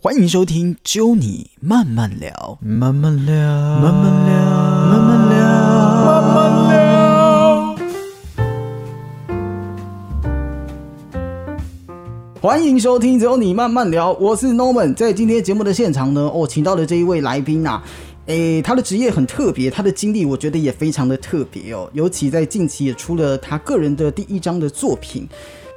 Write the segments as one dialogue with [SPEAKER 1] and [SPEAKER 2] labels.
[SPEAKER 1] 欢迎收听《揪你慢慢聊
[SPEAKER 2] 慢慢聊，》，
[SPEAKER 1] 慢慢聊，慢慢聊，慢慢聊。欢迎收听《只有你慢慢聊》，我是 Norman。在今天节目的现场呢，我、请到的这一位来宾啊，诶，他的职业很特别，他的经历我觉得也非常的特别哦。尤其在近期也出了他个人的第一张的作品，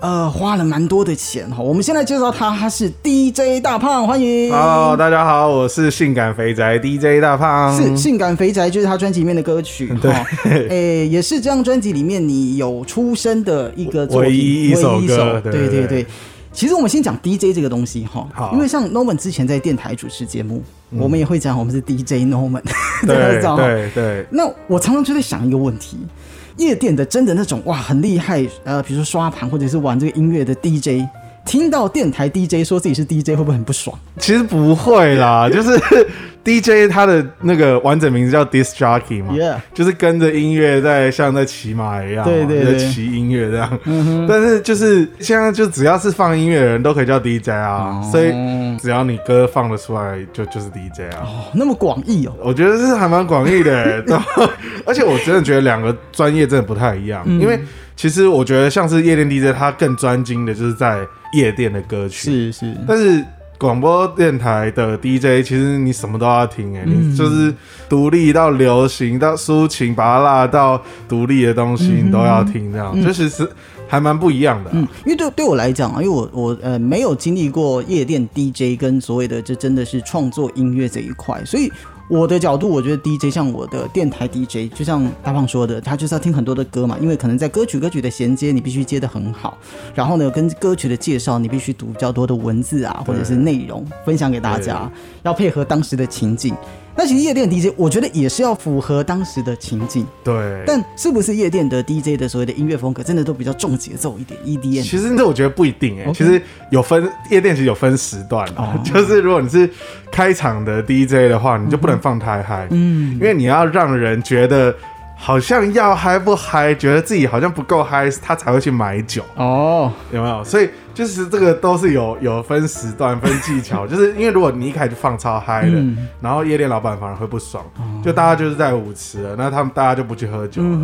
[SPEAKER 1] 呃，花了蛮多的钱哈、我们先来介绍他，他是 DJ 大胖，欢迎。
[SPEAKER 2] Hello，大家好，我是性感肥宅 DJ 大胖。
[SPEAKER 1] 是《性感肥宅》，就是他专辑里面的歌曲，
[SPEAKER 2] 嗯 对
[SPEAKER 1] 哈诶、也是这张专辑里面你有出声的一个作品，
[SPEAKER 2] 唯一一首
[SPEAKER 1] 唯一
[SPEAKER 2] 歌
[SPEAKER 1] 对
[SPEAKER 2] 对
[SPEAKER 1] 对
[SPEAKER 2] 对对
[SPEAKER 1] 对。其实我们先讲 DJ 这个东西哈，
[SPEAKER 2] 好嗯
[SPEAKER 1] 因为像 Norman 之前在电台主持节目，我们也会讲我们是 DJ Norman，大 家
[SPEAKER 2] 对
[SPEAKER 1] 知道哈
[SPEAKER 2] 对对，
[SPEAKER 1] 那我常常就在想一个问题：夜店的真的那种哇很厉害，呃，比如说刷盘或者是玩这个音乐的 DJ，听到电台 DJ 说自己是 DJ，会不会很不爽？
[SPEAKER 2] 其实不会 啦，就是 DJ 他的那个完整名字叫 Disc Jockey 嘛
[SPEAKER 1] Yeah
[SPEAKER 2] 就是跟着音乐在像在骑马一样嘛，
[SPEAKER 1] 对对对嗯
[SPEAKER 2] 在骑音乐这样。但是就是现在就只要是放音乐的人都可以叫 DJ 啊，
[SPEAKER 1] 哦
[SPEAKER 2] 所以只要你歌放得出来，就就是 DJ 啊。
[SPEAKER 1] 哦，那么广义哦。
[SPEAKER 2] 我觉得是还蛮广 义的，然后而且我真的觉得两个专业真的不太一样，
[SPEAKER 1] 嗯
[SPEAKER 2] 因为其实我觉得像是夜店 DJ，他更专精的就是在夜店的歌
[SPEAKER 1] 是
[SPEAKER 2] 曲，
[SPEAKER 1] 是，
[SPEAKER 2] 但是广播电台的 DJ，其实你什么都要听哎、
[SPEAKER 1] 嗯
[SPEAKER 2] 你就是独立到流行到抒情，把它拉到独立的东西，你都要听，这样、就其实还蛮不一样的啊、
[SPEAKER 1] 嗯，因为对对我来讲啊，因为我我呃没有经历过夜店 DJ 跟所谓的这真的是创作音乐这一块，所以我的角度，我觉得 DJ 像我的电台 DJ，就像大胖说的，他就是要听很多的歌嘛，因为可能在歌曲歌曲的衔接你必须接得很好，然后呢跟歌曲的介绍你必须读比较多的文字啊或者是内容分享给大家，要配合当时的情境。那其实夜店 DJ 我觉得也是要符合当时的情境，
[SPEAKER 2] 对，
[SPEAKER 1] 但是不是夜店的 DJ 的所谓的音乐风格真的都比较重节奏一点，E EDM？
[SPEAKER 2] 其实这我觉得不一定哎、
[SPEAKER 1] OK
[SPEAKER 2] 其实有分夜店，其实有分时段、啊，就是如果你是开场的 DJ 的话，你就不能放太嗨，嗯，因为你要让人觉得好像要嗨不嗨，觉得自己好像不够嗨，他才会去买酒，
[SPEAKER 1] 哦，
[SPEAKER 2] 有没有？所以就是这个都是有有分时段、分技巧，就是因为如果你一开始就放超嗨的，然后夜店老板反而会不爽，就大家就是在舞池了，那他们大家就不去喝酒了，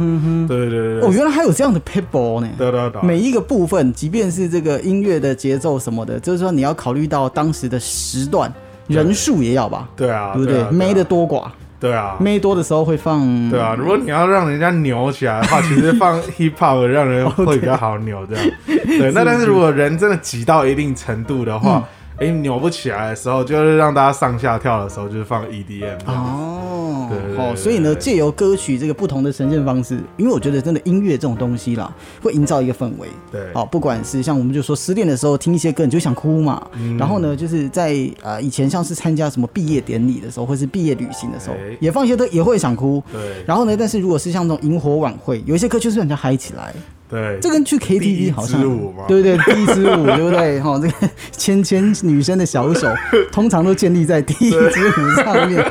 [SPEAKER 2] 对对对对啊
[SPEAKER 1] 哦，
[SPEAKER 2] 对，
[SPEAKER 1] 原来还有这样的 people 呢。
[SPEAKER 2] 得得得，
[SPEAKER 1] 每一个部分，即便是这个音乐的节奏什么的，就是说你要考虑到当时的时段、人数也要吧，
[SPEAKER 2] 对啊，
[SPEAKER 1] 对不
[SPEAKER 2] 对
[SPEAKER 1] 对
[SPEAKER 2] 啊？
[SPEAKER 1] 妹的，多寡，
[SPEAKER 2] 对啊，
[SPEAKER 1] 妹多的时候会放，
[SPEAKER 2] 对啊，如果你要让人家扭起来的话，其实 放 hip hop 让人会比较好扭，这样。哦对，那但是如果人真的挤到一定程度的话，哎、扭不起来的时候，就是让大家上下跳的时候，就是放 E EDM 这样。
[SPEAKER 1] 哦
[SPEAKER 2] 啊对对对，对
[SPEAKER 1] 好，
[SPEAKER 2] 对
[SPEAKER 1] 所以呢，借由歌曲这个不同的呈现方式，因为我觉得真的音乐这种东西啦，会营造一个氛围。
[SPEAKER 2] 对
[SPEAKER 1] 哦好，不管是像我们就说失恋的时候听一些歌，你就想哭嘛。
[SPEAKER 2] 嗯
[SPEAKER 1] 然后呢，就是在呃以前像是参加什么毕业典礼的时候，或是毕业旅行的时候
[SPEAKER 2] 哎，
[SPEAKER 1] 也放一些歌，也会想哭。
[SPEAKER 2] 对
[SPEAKER 1] 然后呢，但是如果是像这种萤火晚会，有一些歌就是让人家嗨起来，
[SPEAKER 2] 对，
[SPEAKER 1] 这跟去
[SPEAKER 2] 第一
[SPEAKER 1] KTV 好像
[SPEAKER 2] 支舞嘛
[SPEAKER 1] 对对，第一支舞，对不对？ 哈、这个牵牵女生的小手，通常都建立在第一支舞上面。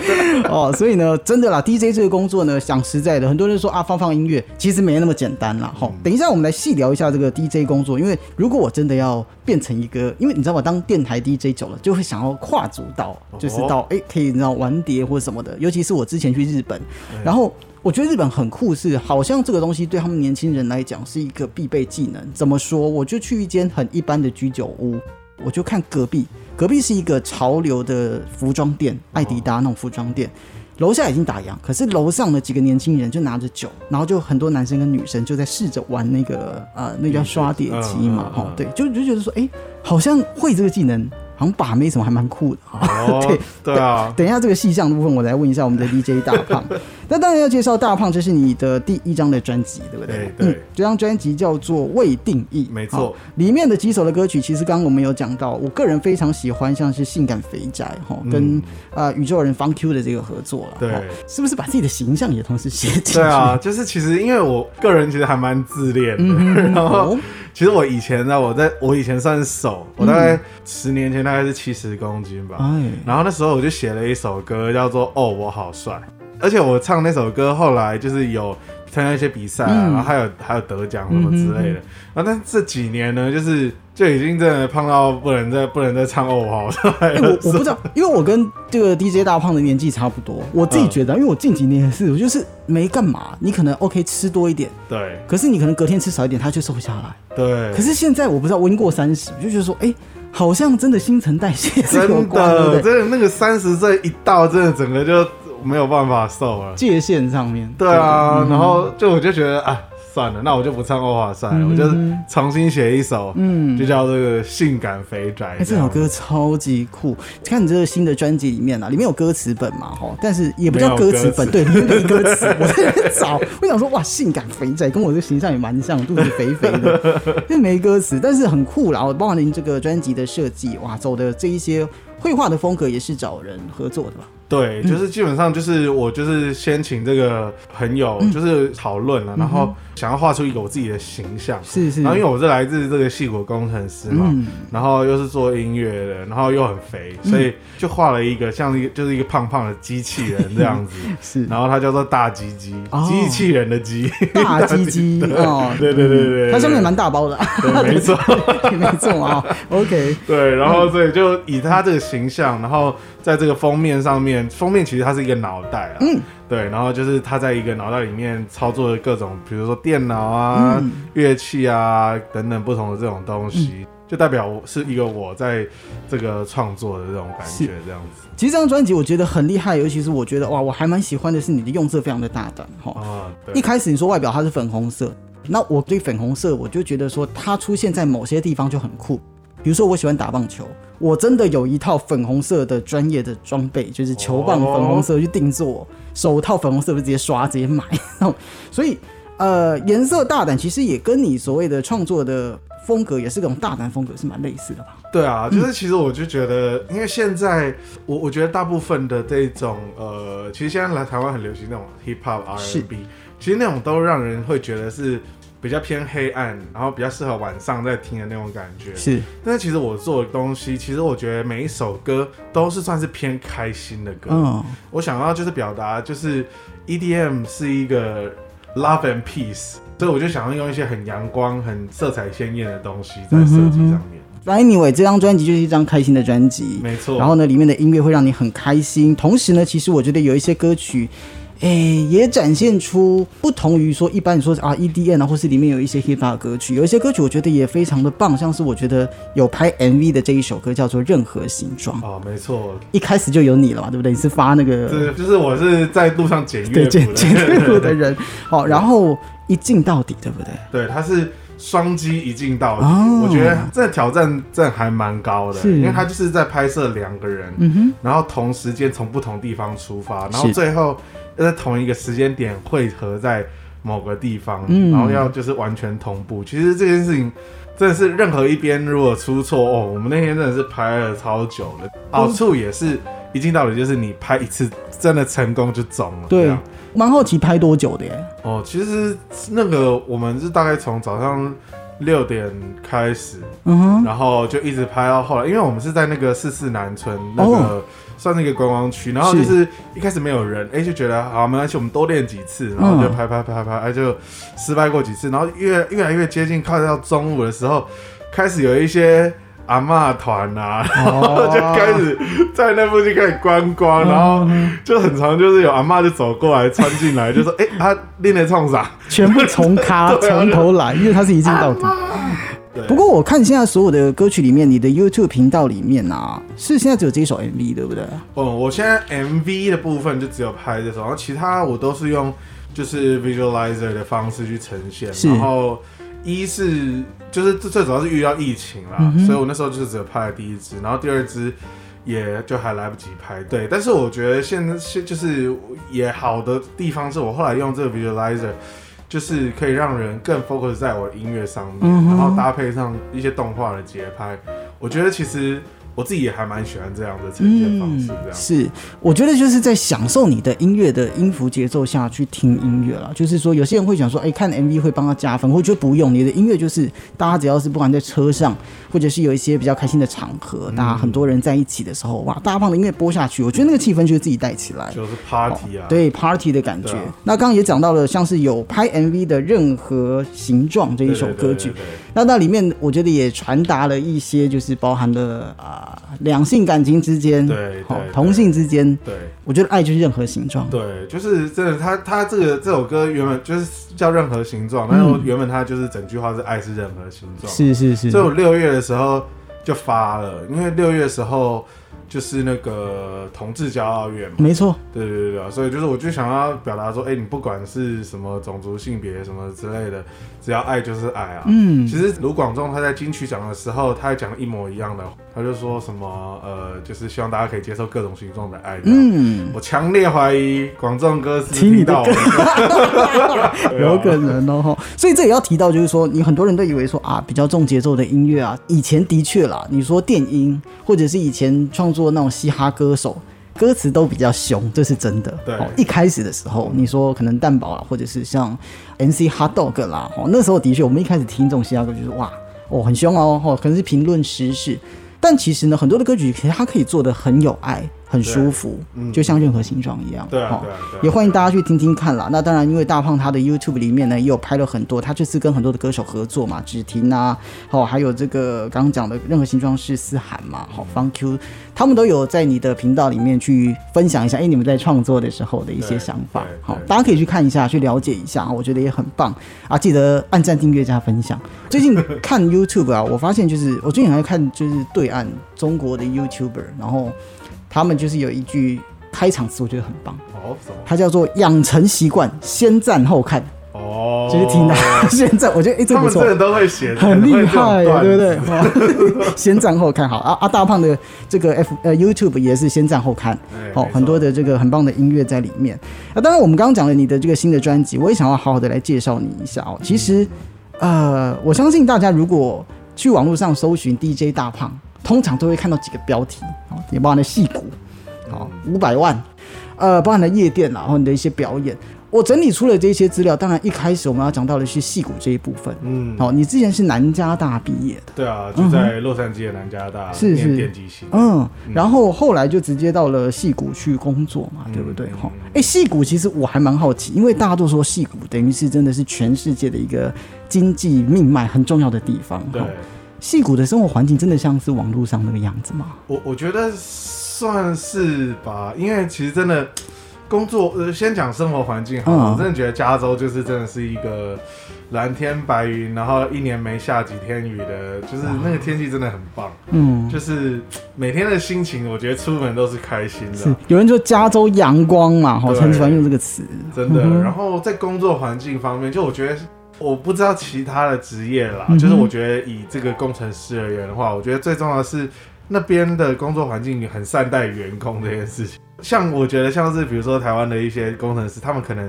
[SPEAKER 1] 哦，所以呢，真的啦，DJ 这个工作呢，讲实在的，很多人说啊，放放音乐，其实没那么简单啦。哈、
[SPEAKER 2] 嗯
[SPEAKER 1] 等一下我们来细聊一下这个 DJ 工作，因为如果我真的要变成一个，因为你知道吧，当电台 DJ 久了，就会想要跨足到，就是
[SPEAKER 2] 哦
[SPEAKER 1] 到哎、可以你知道玩碟或什么的。尤其是我之前去日本，然后。我觉得日本很酷是，好像这个东西对他们年轻人来讲是一个必备技能。怎么说？我就去一间很一般的居酒屋，我就看隔壁，隔壁是一个潮流的服装店，艾迪达那种服装店。楼下已经打烊，可是楼上的几个年轻人就拿着酒，然后就很多男生跟女生就在试着玩那个呃，那叫刷碟机嘛，
[SPEAKER 2] 嗯嗯嗯
[SPEAKER 1] 哈、
[SPEAKER 2] 嗯
[SPEAKER 1] 对，就就觉得说，哎、好像会这个技能，好像把妹什么还蛮酷的哈。
[SPEAKER 2] 哦，对啊，
[SPEAKER 1] 等一下这个细项的部分，我来问一下我们 的 DJ 大胖。那当然要介绍大胖，这是你的第一张的专辑，对不对？
[SPEAKER 2] 对对
[SPEAKER 1] 嗯，这张专辑叫做《未定义》，
[SPEAKER 2] 没错
[SPEAKER 1] 好。里面的几首的歌曲，其实刚刚我们有讲到，我个人非常喜欢，像是《性感肥宅》哈，跟、呃宇宙人方 Q 的这个合作了。
[SPEAKER 2] 嗯对
[SPEAKER 1] 哈是不是把自己的形象也同时写进去？
[SPEAKER 2] 对嗯啊，就是其实因为我个人其实还蛮自恋的， 然后
[SPEAKER 1] 哦
[SPEAKER 2] 其实我以前呢，我在我以前算是瘦，我大概十年前大概是七十公斤吧，
[SPEAKER 1] 哎
[SPEAKER 2] 然后那时候我就写了一首歌叫做《哦我好帅》，而且我唱那首歌后来就是有参加一些比赛、啊，
[SPEAKER 1] 嗯
[SPEAKER 2] 然后还有还有得奖什么之类的。啊，但这几年呢，就是就已经真的胖到不能再不能再唱哦欧豪出来
[SPEAKER 1] 哎、
[SPEAKER 2] 了。
[SPEAKER 1] 我我不 知道，因为我跟这个 DJ 大胖的年纪差不多，我自己
[SPEAKER 2] 嗯
[SPEAKER 1] 觉得，因为我近几年也是，我就是没干嘛，你可能 OK 吃多一点，
[SPEAKER 2] 对
[SPEAKER 1] 可是你可能隔天吃少一点，它就瘦下来。
[SPEAKER 2] 对，
[SPEAKER 1] 可是现在我不知道，我已经过三十，就觉得说，哎、好像真的新陈代谢是有
[SPEAKER 2] 真
[SPEAKER 1] 关，对
[SPEAKER 2] 的
[SPEAKER 1] 不对？
[SPEAKER 2] 真的那个三十岁一到，真的整个就没有办法瘦了。
[SPEAKER 1] 界限上面，
[SPEAKER 2] 对
[SPEAKER 1] 嗯
[SPEAKER 2] 啊，然后就我就觉得啊，算了，那我就不唱欧华赛
[SPEAKER 1] 嗯
[SPEAKER 2] 了，我就重新写一首，嗯，就叫这个性感肥宅。
[SPEAKER 1] 哎，这首歌超级酷！看你这个新的专辑里面啊，里面有歌词本嘛，哈，但是也不叫歌词本，对，里面没歌词。我在那边找，我想说，哇，性感肥仔跟我这形象也蛮像，肚子肥肥 的，因为没歌词，但是很酷啦。我包含您这个专辑的设计，哇，走的这一些绘画的风格也是找人合作的吧？嗯
[SPEAKER 2] 对，就是基本上就是我就是先请这个朋友
[SPEAKER 1] 嗯
[SPEAKER 2] 就是讨论了，然后想要画出一个我自己的形象。
[SPEAKER 1] 是是
[SPEAKER 2] 然，后因为我是来自这个戏骨工程师嘛，
[SPEAKER 1] 嗯
[SPEAKER 2] 然后又是做音乐的，然后又很肥，所以就画了一个像一个就是一个胖胖的机器人这样子，
[SPEAKER 1] 是
[SPEAKER 2] 然后它叫做大鸡鸡，
[SPEAKER 1] 哦
[SPEAKER 2] 机器人的鸡，
[SPEAKER 1] 大鸡鸡哦，
[SPEAKER 2] 对对对对对，
[SPEAKER 1] 它下面也蛮大包的，
[SPEAKER 2] 对没错，
[SPEAKER 1] 也 没中啊。OK，
[SPEAKER 2] 对，然后所以就以他这个形象，然后在这个封面上面，封面其实它是一个脑袋啊，嗯，对，然后就是他在一个脑袋里面操作的各种，比如说电脑啊、
[SPEAKER 1] 嗯
[SPEAKER 2] 乐器啊等等不同的这种东西，就代表我是一个我在这个创作的这种感觉，这样子
[SPEAKER 1] 其实这张专辑我觉得很厉害，尤其是我觉得哇，我还蛮喜欢的是你的用色非常的大胆哦哈。齁
[SPEAKER 2] 啊，
[SPEAKER 1] 一
[SPEAKER 2] 对，
[SPEAKER 1] 开始你说外表它是粉红色，那我对粉红色我就觉得说它出现在某些地方就很酷，比如说我喜欢打棒球，我真的有一套粉红色的专业的装备，就是球棒
[SPEAKER 2] 哦
[SPEAKER 1] 粉红色去定做，手套粉红色我就直接刷直接买， 那种所以呃颜色大胆其实也跟你所谓的创作的风格也是这种大胆风格是蛮类似的吧？
[SPEAKER 2] 对啊，就是其实我就觉得，因为现在我我觉得大部分的这种呃，其实现在来台湾很流行那种 hip hop
[SPEAKER 1] 是
[SPEAKER 2] R&B，其实那种都让人会觉得是比较偏黑暗，然后比较适合晚上在听的那种感觉。
[SPEAKER 1] 是
[SPEAKER 2] 但是其实我做的东西，其实我觉得每一首歌都是算是偏开心的歌。
[SPEAKER 1] 嗯
[SPEAKER 2] 我想要就是表达，就是 EDM 是一个 love and peace，所以我就想要用一些很阳光、很色彩鲜艳的东西
[SPEAKER 1] 嗯
[SPEAKER 2] 在设计上面。
[SPEAKER 1] ，Anyway 这张专辑就是一张开心的专辑，
[SPEAKER 2] 没错，
[SPEAKER 1] 然后呢，里面的音乐会让你很开心。同时呢，其实我觉得有一些歌曲，诶，也展现出不同于说一般你说啊 EDM 啊，或是里面有一些 hip hop 歌曲，有一些歌曲我觉得也非常的棒，像是我觉得有拍 MV 的这一首歌叫做《任何形状》，
[SPEAKER 2] 哦，没错，
[SPEAKER 1] 一开始就有你了嘛，对不对？你是发那个
[SPEAKER 2] 这就是我是在路上捡乐
[SPEAKER 1] 对
[SPEAKER 2] 谱
[SPEAKER 1] 简
[SPEAKER 2] 的，
[SPEAKER 1] 简单路的人，好，然后一镜到底，对不对？
[SPEAKER 2] 对，他是双击一镜到底，
[SPEAKER 1] 哦
[SPEAKER 2] 我觉得这挑战真的还蛮高的，
[SPEAKER 1] 是
[SPEAKER 2] 因为他就是在拍摄两个人，
[SPEAKER 1] 嗯哼，
[SPEAKER 2] 然后同时间从不同地方出发，然后
[SPEAKER 1] 是
[SPEAKER 2] 最后要在同一个时间点汇合在某个地方，
[SPEAKER 1] 嗯
[SPEAKER 2] 然后要就是完全同步。其实这件事情。真的是任何一边如果出错哦，我们那天真的是拍了超久了。
[SPEAKER 1] 哦
[SPEAKER 2] 好处也是一镜到底，就是你拍一次真的成功就中了。这
[SPEAKER 1] 对
[SPEAKER 2] 样，
[SPEAKER 1] 蛮好奇拍多久的耶？
[SPEAKER 2] 哦，其实那个我们是大概从早上六点开始，
[SPEAKER 1] 嗯哼，
[SPEAKER 2] 然后就一直拍到后来，因为我们是在那个四四南村那个、
[SPEAKER 1] 哦
[SPEAKER 2] 算那个观光区，然后
[SPEAKER 1] 是
[SPEAKER 2] 就是一开始没有人，哎、就觉得好没关系，我们多练几次，然后就
[SPEAKER 1] 嗯
[SPEAKER 2] 拍拍拍拍，哎、就失败过几次，然后越越来越接近快到中午的时候，开始有一些。阿嬷团啊，然后就开始在那附近开始观光，然后就很常就是有阿嬷就走过来穿进来，就说：“哎、他练的冲啥
[SPEAKER 1] 全部从咖
[SPEAKER 2] 对啊
[SPEAKER 1] 从头来，因为它是一镜到底。？”
[SPEAKER 2] 对
[SPEAKER 1] 不过我看现在所有的歌曲里面，你的 YouTube 频道里面啊，是现在只有这一首 MV 对不对？
[SPEAKER 2] 哦，我现在 MV 的部分就只有拍这首，然后其他我都是用就是 visualizer 的方式去呈现。
[SPEAKER 1] 是
[SPEAKER 2] 然后一是就是最最主要是遇到疫情啦，
[SPEAKER 1] 嗯
[SPEAKER 2] 所以我那时候就是只有拍了第一支，然后第二支也就还来不及拍。对，但是我觉得现在现就是也好的地方是我后来用这个 visualizer。就是可以让人更 focus 在我的音乐上面，
[SPEAKER 1] 嗯哼
[SPEAKER 2] 然后搭配上一些动画的节拍，我觉得其实我自己也还蛮喜欢这样的呈现方式，这样。
[SPEAKER 1] 是，我觉得就是在享受你的音乐的音符节奏下去听音乐了。就是说，有些人会想说，哎、看 MV 会帮他加分，我觉得不用，你的音乐就是大家只要是不管在车上，或者是有一些比较开心的场
[SPEAKER 2] 嗯
[SPEAKER 1] 合，大家很多人在一起的时候，哇，大家放的音乐播下去，我觉得那个气氛就是自己带起来。
[SPEAKER 2] 就是 party 啊，
[SPEAKER 1] 哦对 party 的感觉。
[SPEAKER 2] 对啊
[SPEAKER 1] 那刚刚也讲到了，像是有拍 MV 的任何形状这一
[SPEAKER 2] 对，
[SPEAKER 1] 首歌曲
[SPEAKER 2] 对，对对对
[SPEAKER 1] 那那里面我觉得也传达了一些，就是包含了啊、两性感情之间，
[SPEAKER 2] 对
[SPEAKER 1] 嗯好
[SPEAKER 2] 对
[SPEAKER 1] 同性之间，
[SPEAKER 2] 对
[SPEAKER 1] 我觉得爱就是任何形状，
[SPEAKER 2] 对，就是真的，他他这个这首歌原本就是叫任何形状，但是我原本他就是整句话是爱是任何形状，
[SPEAKER 1] 嗯是是是，
[SPEAKER 2] 所以我六月的时候就发了，因为六月的时候就是那个同志骄傲月嘛，
[SPEAKER 1] 没错，
[SPEAKER 2] 对对对啊对，所以就是我就想要表达说，哎、你不管是什么种族、性别什么之类的，只要爱就是爱啊。
[SPEAKER 1] 嗯
[SPEAKER 2] 其实卢广仲他在金曲奖的时候，他也讲了一模一样的，他就说什么呃，就是希望大家可以接受各种形状的爱。嗯，
[SPEAKER 1] 嗯，
[SPEAKER 2] 我强烈怀疑广仲哥是
[SPEAKER 1] 听你
[SPEAKER 2] 听
[SPEAKER 1] 的
[SPEAKER 2] 到我
[SPEAKER 1] 歌
[SPEAKER 2] 的哦歌对啊
[SPEAKER 1] 有可能哦，吼所以这也要提到，就是说，你很多人都以为说啊，比较重节奏的音乐啊，以前的确啦，你说电音或者是以前创作那种嘻哈歌手。歌词都比较凶，这是真的。
[SPEAKER 2] 对
[SPEAKER 1] 哦一开始的时候，你说可能蛋堡啦，或者是像 MC Hot Dog 啦，哦，那时候的确，我们一开始听这种嘻哈歌，就是哇，哦，很凶哦，哦，可能是评论时事，但其实呢，很多的歌曲其实它可以做的很有爱，很舒服，
[SPEAKER 2] 嗯
[SPEAKER 1] 就像任何形状一样。
[SPEAKER 2] 对啊
[SPEAKER 1] 哦
[SPEAKER 2] 对啊对啊
[SPEAKER 1] 也欢迎大家去听听看啦。那当然，因为大胖他的 YouTube 里面呢也有拍了很多，他这次跟很多的歌手合作嘛，芷婷啊，哦，还有这个刚刚讲的任何形状是思涵嘛，好、方 Q，他们都有在你的频道里面去分享一下，哎、你们在创作的时候的一些
[SPEAKER 2] 对
[SPEAKER 1] 想法
[SPEAKER 2] 对，
[SPEAKER 1] 好、
[SPEAKER 2] 对
[SPEAKER 1] 大家可以去看一下，去了解一下，我觉得也很棒啊！记得按赞、订阅、加分享。最近看 YouTube 啊，我发现就是我最近还看就是对岸中国的 YouTuber，然后他们就是有一句开场词，我觉得很棒，
[SPEAKER 2] 哦什么
[SPEAKER 1] 它叫做“养成习惯，先赞后看
[SPEAKER 2] 哦”，，
[SPEAKER 1] 就是听到 先赞，我觉得哎、这
[SPEAKER 2] 他
[SPEAKER 1] 不
[SPEAKER 2] 们
[SPEAKER 1] 错
[SPEAKER 2] 真。的都会写，
[SPEAKER 1] 很厉害，对不
[SPEAKER 2] 对？
[SPEAKER 1] 对？ 哇先赞后看好啊啊！大胖的这个 F 呃 YouTube 也是先赞后看
[SPEAKER 2] 哎，
[SPEAKER 1] 好、
[SPEAKER 2] 没错
[SPEAKER 1] 哦很多的这个很棒的音乐在里面啊。当然，我们刚刚讲了你的这个新的专辑，我也想要好好的来介绍你一下
[SPEAKER 2] 嗯
[SPEAKER 1] 哦。其实，呃，我相信大家如果去网络上搜寻 DJ 大胖，通常都会看到几个标题，哦，也包含了戏骨，哦，
[SPEAKER 2] 嗯
[SPEAKER 1] 五百万，呃，包含了夜店啦，然后你的一些表演。我整理出了这些资料，当然一开始我们要讲到的是戏骨这一部分，
[SPEAKER 2] 嗯，
[SPEAKER 1] 好、你之前是南加大毕业的，
[SPEAKER 2] 对啊，就在洛杉矶的南加大
[SPEAKER 1] 嗯是是
[SPEAKER 2] 念电机系，
[SPEAKER 1] 嗯，然后后来就直接到了戏谷去工作嘛，
[SPEAKER 2] 嗯
[SPEAKER 1] 对不对？哈、哎，戏谷其实我还蛮好奇，因为大家都说戏谷等于是真的是全世界的一个经济命脉很重要的地方。
[SPEAKER 2] 对
[SPEAKER 1] 哈，戏谷的生活环境真的像是网络上那个样子吗？
[SPEAKER 2] 我我觉得算是吧，因为其实真的工作，呃，先讲生活环境好了，
[SPEAKER 1] 嗯
[SPEAKER 2] 我真的觉得加州就是真的是一个蓝天白云，然后一年没下几天雨的，就是那个天气真的很棒，
[SPEAKER 1] 嗯，
[SPEAKER 2] 就是每天的心情，我觉得出门都是开心的
[SPEAKER 1] 是，有人说加州阳光嘛，哈，
[SPEAKER 2] 对
[SPEAKER 1] 很喜欢用这个词。
[SPEAKER 2] 真的。
[SPEAKER 1] 嗯哼
[SPEAKER 2] 然后在工作环境方面，就我觉得。我不知道其他的职业啦，
[SPEAKER 1] 嗯哼
[SPEAKER 2] 就是我觉得以这个工程师而言的话，我觉得最重要的是那边的工作环境很善待员工这件事情。像我觉得像是比如说台湾的一些工程师，他们可能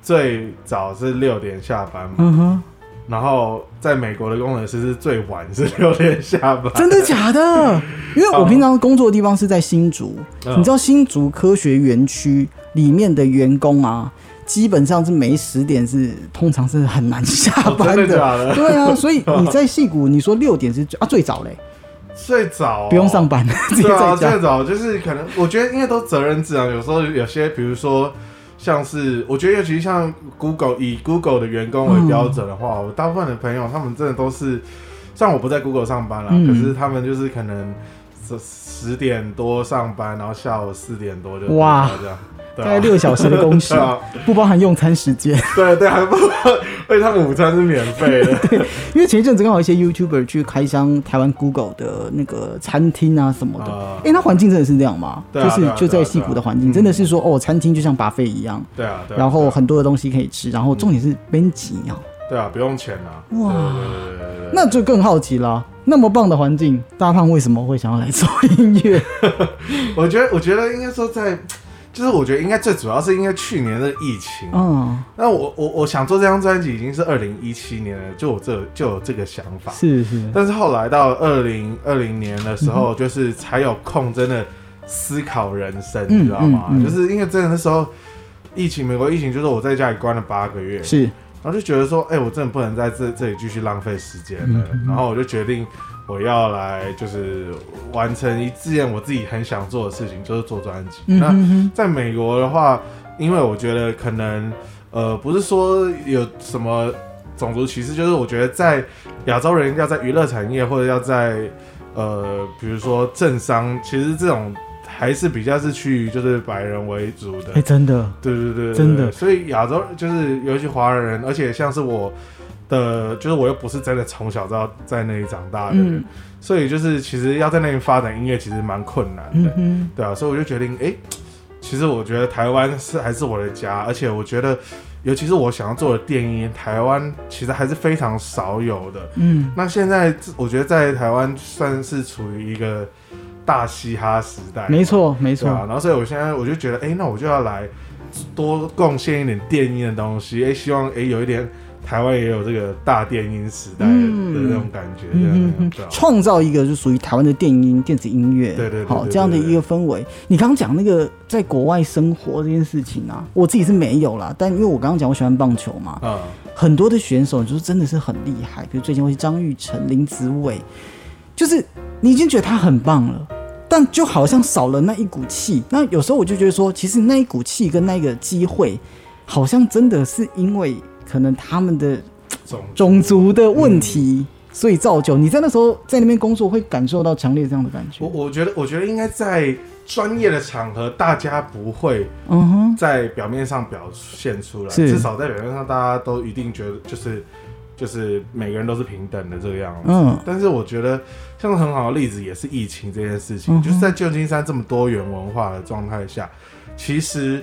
[SPEAKER 2] 最早是六点下班嘛，
[SPEAKER 1] 嗯哼，
[SPEAKER 2] 然后在美国的工程师是最晚是六点下班。
[SPEAKER 1] 真的假的？ 因为我平常工作的地方是在新竹，
[SPEAKER 2] 嗯
[SPEAKER 1] 你知道新竹科学园区里面的员工啊，基本上是每十点是通常是很难下班
[SPEAKER 2] 哦真的
[SPEAKER 1] 的。
[SPEAKER 2] 假的？
[SPEAKER 1] 对啊，所以你在戏谷，你说六点是最啊最早嘞，
[SPEAKER 2] 最早哦、
[SPEAKER 1] 不用上班， 直接
[SPEAKER 2] 对啊，
[SPEAKER 1] 在
[SPEAKER 2] 最
[SPEAKER 1] 家。
[SPEAKER 2] 早就是可能，我觉得因为都责任制啊，有时候有些比如说像是，我觉得尤其像 Google 以 Google 的员工为标准的话，我大部分的朋友他们真的都是，虽然我不在 Google 上班啦，
[SPEAKER 1] 嗯
[SPEAKER 2] 可是他们就是可能十十点多上班，然后下午四点多就
[SPEAKER 1] 哇
[SPEAKER 2] 这样，
[SPEAKER 1] 大
[SPEAKER 2] 对
[SPEAKER 1] 概
[SPEAKER 2] 啊。
[SPEAKER 1] 六小时的工时
[SPEAKER 2] 对，啊，
[SPEAKER 1] 不包含用餐时间。
[SPEAKER 2] 对对，还不，而且他们午餐是免费的，
[SPEAKER 1] 因为前一阵子刚好一些 YouTuber 去开箱台湾 Google 的那个餐厅啊什么的，
[SPEAKER 2] 啊
[SPEAKER 1] 哎、那环境真的是这样吗？
[SPEAKER 2] 对啊
[SPEAKER 1] 就是
[SPEAKER 2] 对啊
[SPEAKER 1] 就
[SPEAKER 2] 对
[SPEAKER 1] 在
[SPEAKER 2] 啊
[SPEAKER 1] 戏谷
[SPEAKER 2] 对
[SPEAKER 1] 的
[SPEAKER 2] 啊
[SPEAKER 1] 环境，真的是说哦，餐厅就像 buffet 一样，
[SPEAKER 2] 对啊，对啊，
[SPEAKER 1] 然
[SPEAKER 2] 对
[SPEAKER 1] 后
[SPEAKER 2] 啊
[SPEAKER 1] 很多的东西可以吃，然后重点是编辑啊，
[SPEAKER 2] 对啊，不用钱啊，
[SPEAKER 1] 哇
[SPEAKER 2] 对对对对对对
[SPEAKER 1] 那就更好奇啦。那么棒的环 境，大胖为什么会想要来做音乐？
[SPEAKER 2] 我觉得，我觉得应该说在，就是我觉得应该最主要是因为去年的疫情，
[SPEAKER 1] 嗯，
[SPEAKER 2] 那我我我想做这张专辑已经是二零一七年了，就我这就有这个想法，
[SPEAKER 1] 是是，
[SPEAKER 2] 但是后来到二零二零年的时
[SPEAKER 1] 嗯
[SPEAKER 2] 候，就是才有空真的思考人生，
[SPEAKER 1] 嗯
[SPEAKER 2] 你知道吗？
[SPEAKER 1] 嗯嗯
[SPEAKER 2] 就是因为真的那时候疫情，美国疫情就是我在家里关了八个月，
[SPEAKER 1] 是
[SPEAKER 2] 然后就觉得说，哎、我真的不能在这这里继续浪费时间了。
[SPEAKER 1] 嗯
[SPEAKER 2] 然后我就决定我要来就是完成一件我自己很想做的事情，就是做专辑。
[SPEAKER 1] 嗯
[SPEAKER 2] 那
[SPEAKER 1] 哼哼，
[SPEAKER 2] 在美国的话，因为我觉得可能呃不是说有什么种族歧视，就是我觉得在亚洲人要在娱乐产业或者要在呃比如说政商，其实这种还是比较是趋于就是白人为主的
[SPEAKER 1] 哎、。真的，
[SPEAKER 2] 对对对，对
[SPEAKER 1] 真的
[SPEAKER 2] 所以亚洲就是尤其华人，而且像是我的，就是我又不是真的从小到在那里长大的人，
[SPEAKER 1] 嗯
[SPEAKER 2] 所以就是其实要在那里发展音乐，其实蛮困难的。
[SPEAKER 1] 嗯哼，
[SPEAKER 2] 对啊，所以我就决定，哎、其实我觉得台湾是还是我的家，而且我觉得，尤其是我想要做的电音，台湾其实还是非常少有的。
[SPEAKER 1] 嗯，
[SPEAKER 2] 那现在我觉得在台湾算是处于一个大嘻哈时代，
[SPEAKER 1] 没错没
[SPEAKER 2] 对啊
[SPEAKER 1] 错，。
[SPEAKER 2] 然后所以我现在我就觉得，哎、那我就要来多贡献一点电音的东西，哎、希望哎、有一点台湾也有这个大电音时代的
[SPEAKER 1] 嗯
[SPEAKER 2] 那种感觉，这
[SPEAKER 1] 嗯
[SPEAKER 2] 样、
[SPEAKER 1] 哼
[SPEAKER 2] 对
[SPEAKER 1] 哼
[SPEAKER 2] 啊，
[SPEAKER 1] 创造一个就属于台湾的电音、电子音乐，
[SPEAKER 2] 对对对
[SPEAKER 1] 好
[SPEAKER 2] 对
[SPEAKER 1] 这样的
[SPEAKER 2] 对对
[SPEAKER 1] 一个氛围。你刚刚讲那个在国外生活这件事情啊，我自己是没有啦，但因为我刚刚讲我喜欢棒球嘛，
[SPEAKER 2] 嗯，
[SPEAKER 1] 很多的选手就是真的是很厉害，比如最近会是张玉成、林子伟，就是你已经觉得他很棒了，但就好像少了那一股气。那有时候我就觉得说，其实那一股气跟那个机会，好像真的是因为可能他们的
[SPEAKER 2] 总
[SPEAKER 1] 种族的问题，所以造就你在那时候在那边工作会感受到强烈这样的感觉
[SPEAKER 2] 我。我觉得，我觉得应该在专业的场合，大家不会
[SPEAKER 1] 嗯哼，
[SPEAKER 2] 在表面上表现出来，
[SPEAKER 1] 是
[SPEAKER 2] 至少在表面上，大家都一定觉得就是就是每个人都是平等的这个样子。
[SPEAKER 1] 嗯
[SPEAKER 2] 但是我觉得，像是很好的例子也是疫情这件事情，
[SPEAKER 1] 嗯哼
[SPEAKER 2] 就是在旧金山这么多元文化的状态下，其实。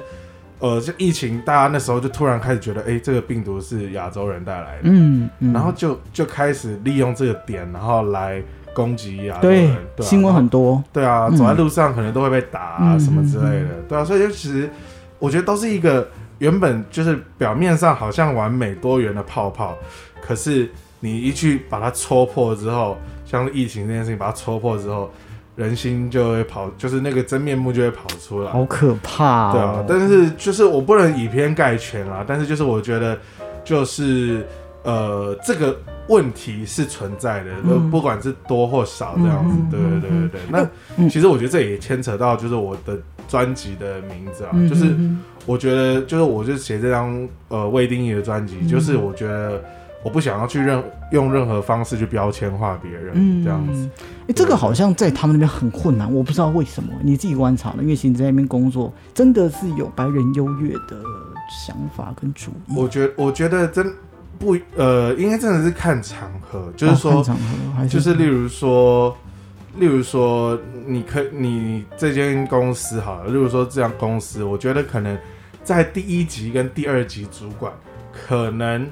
[SPEAKER 2] 呃，这疫情，大家那时候就突然开始觉得，哎、这个病毒是亚洲人带来的，
[SPEAKER 1] 嗯嗯，
[SPEAKER 2] 然后就就开始利用这个点，然后来攻击亚洲人。
[SPEAKER 1] 对
[SPEAKER 2] 对啊，
[SPEAKER 1] 新闻
[SPEAKER 2] 然后
[SPEAKER 1] 很多，
[SPEAKER 2] 对啊，
[SPEAKER 1] 嗯
[SPEAKER 2] 走在路上可能都会被打、啊
[SPEAKER 1] 嗯
[SPEAKER 2] 什么之类的，对啊，所以就其实我觉得都是一个原本就是表面上好像完美多元的泡泡，可是你一去把它戳破之后，像是疫情这件事情把它戳破之后，人心就会跑，就是那个真面目就会跑出来，
[SPEAKER 1] 好可怕、哦。
[SPEAKER 2] 对啊，但是就是我不能以偏概全啦，但是就是我觉得就是呃这个。问题是存在的，就
[SPEAKER 1] 嗯
[SPEAKER 2] 不管是多或少这样子，
[SPEAKER 1] 嗯嗯
[SPEAKER 2] 对对
[SPEAKER 1] 嗯
[SPEAKER 2] 对
[SPEAKER 1] 嗯
[SPEAKER 2] 对对。那
[SPEAKER 1] 嗯
[SPEAKER 2] 其实我觉得这也牵扯到就是我的专辑的名字啊，
[SPEAKER 1] 嗯
[SPEAKER 2] 就是
[SPEAKER 1] 嗯
[SPEAKER 2] 我觉得就是我就写这张呃未定义的专
[SPEAKER 1] 嗯
[SPEAKER 2] 辑，就是我觉得我不想要去任用任何方式去标签化别人、
[SPEAKER 1] 嗯
[SPEAKER 2] 这样子。
[SPEAKER 1] 哎，这个好像在他们那边很困难，我不知道为什么。你自己观察了，因为其实你在那边工作，真的是有白人优越的想法跟主义。
[SPEAKER 2] 我觉我觉得真不呃，应该真的是看场合，就是
[SPEAKER 1] 哦
[SPEAKER 2] 说、
[SPEAKER 1] 看场合还是
[SPEAKER 2] 就是例如说。例如说，你可你这间公司好了，例如说这样公司，我觉得可能在第一级跟第二级主管，可能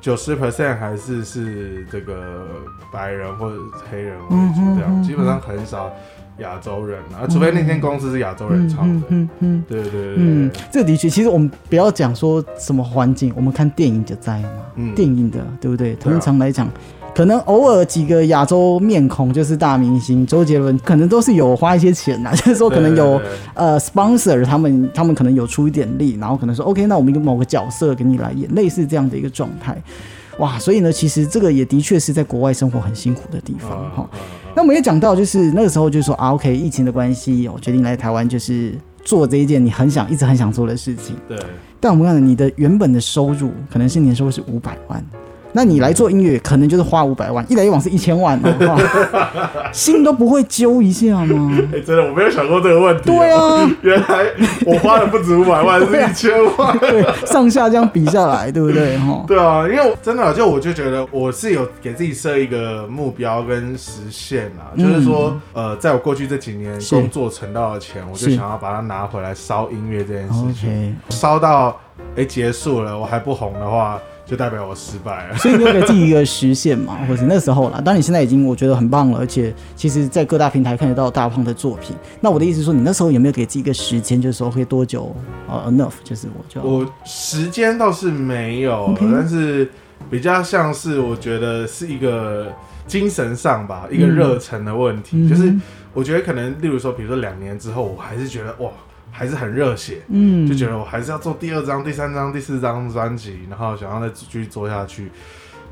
[SPEAKER 2] 九十 percent 还是是这个白人或者黑人为
[SPEAKER 1] 嗯哼
[SPEAKER 2] 主，这样
[SPEAKER 1] 嗯
[SPEAKER 2] 基本上很少亚洲人啊，除非那间公司是亚洲人
[SPEAKER 1] 嗯
[SPEAKER 2] 创
[SPEAKER 1] 嗯
[SPEAKER 2] 的。
[SPEAKER 1] 嗯嗯
[SPEAKER 2] 对对对对
[SPEAKER 1] 嗯
[SPEAKER 2] 对，，
[SPEAKER 1] 这的确，其实我们不要讲说什么环境，我们看电影就在嘛，
[SPEAKER 2] 嗯
[SPEAKER 1] 电影的对不对？
[SPEAKER 2] 对啊
[SPEAKER 1] 通常来讲。可能偶尔几个亚洲面孔就是大明星，周杰伦可能都是有花一些钱呐，就是说可能
[SPEAKER 2] 对对
[SPEAKER 1] 有
[SPEAKER 2] 对对
[SPEAKER 1] 呃 sponsor 他们他们可能有出一点力，然后可能说 OK，那我们一个某个角色给你来演，类似这样的一个状态。哇，所以呢，其实这个也的确是在国外生活很辛苦的地方
[SPEAKER 2] 啊
[SPEAKER 1] 哈。
[SPEAKER 2] 啊啊
[SPEAKER 1] 那我们也讲到，就是那个时候就说啊，OK，疫情的关系，我决定来台湾，就是做这一件你很想一直很想做的事情。
[SPEAKER 2] 对。
[SPEAKER 1] 但我们看你的原本的收入可能是年收入是五百万，那你来做音乐可能就是花五百万，一来一往是一千万哦，哇 心都不会揪一下吗？
[SPEAKER 2] 哎、真的，我没有想过这个问题。
[SPEAKER 1] 对啊，
[SPEAKER 2] 原来我花了不止五百万，是一千万。
[SPEAKER 1] 对，上下这样比下来，对不对？哈，
[SPEAKER 2] 对啊，因为我真的就我就觉得我是有给自己设一个目标跟实现啦，
[SPEAKER 1] 嗯
[SPEAKER 2] 就是说，呃，在我过去这几年
[SPEAKER 1] 是
[SPEAKER 2] 工作存到的钱，我就是想要把它拿回来烧音乐这件事情，
[SPEAKER 1] OK，
[SPEAKER 2] 烧到哎、结束了我还不红的话，就代表我失败了。
[SPEAKER 1] 所以你有给自己一个实现嘛，或者那时候啦。当然你现在已经我觉得很棒了，而且其实，在各大平台看得到大胖的作品。那我的意思是说，你那时候有没有给自己一个时间，就是说会多久？呃、enough，就是我就
[SPEAKER 2] 我时间倒是
[SPEAKER 1] 嗯
[SPEAKER 2] 没有，但是比较像是我觉得是一个精神上吧，一个热忱的问题。
[SPEAKER 1] 嗯
[SPEAKER 2] 就是我觉得可能，例如说，比如说两年之后，我还是觉得哇，还是很热血，
[SPEAKER 1] 嗯
[SPEAKER 2] 就觉得我还是要做第二张、第三张、第四张专辑，然后想要再继续做下去。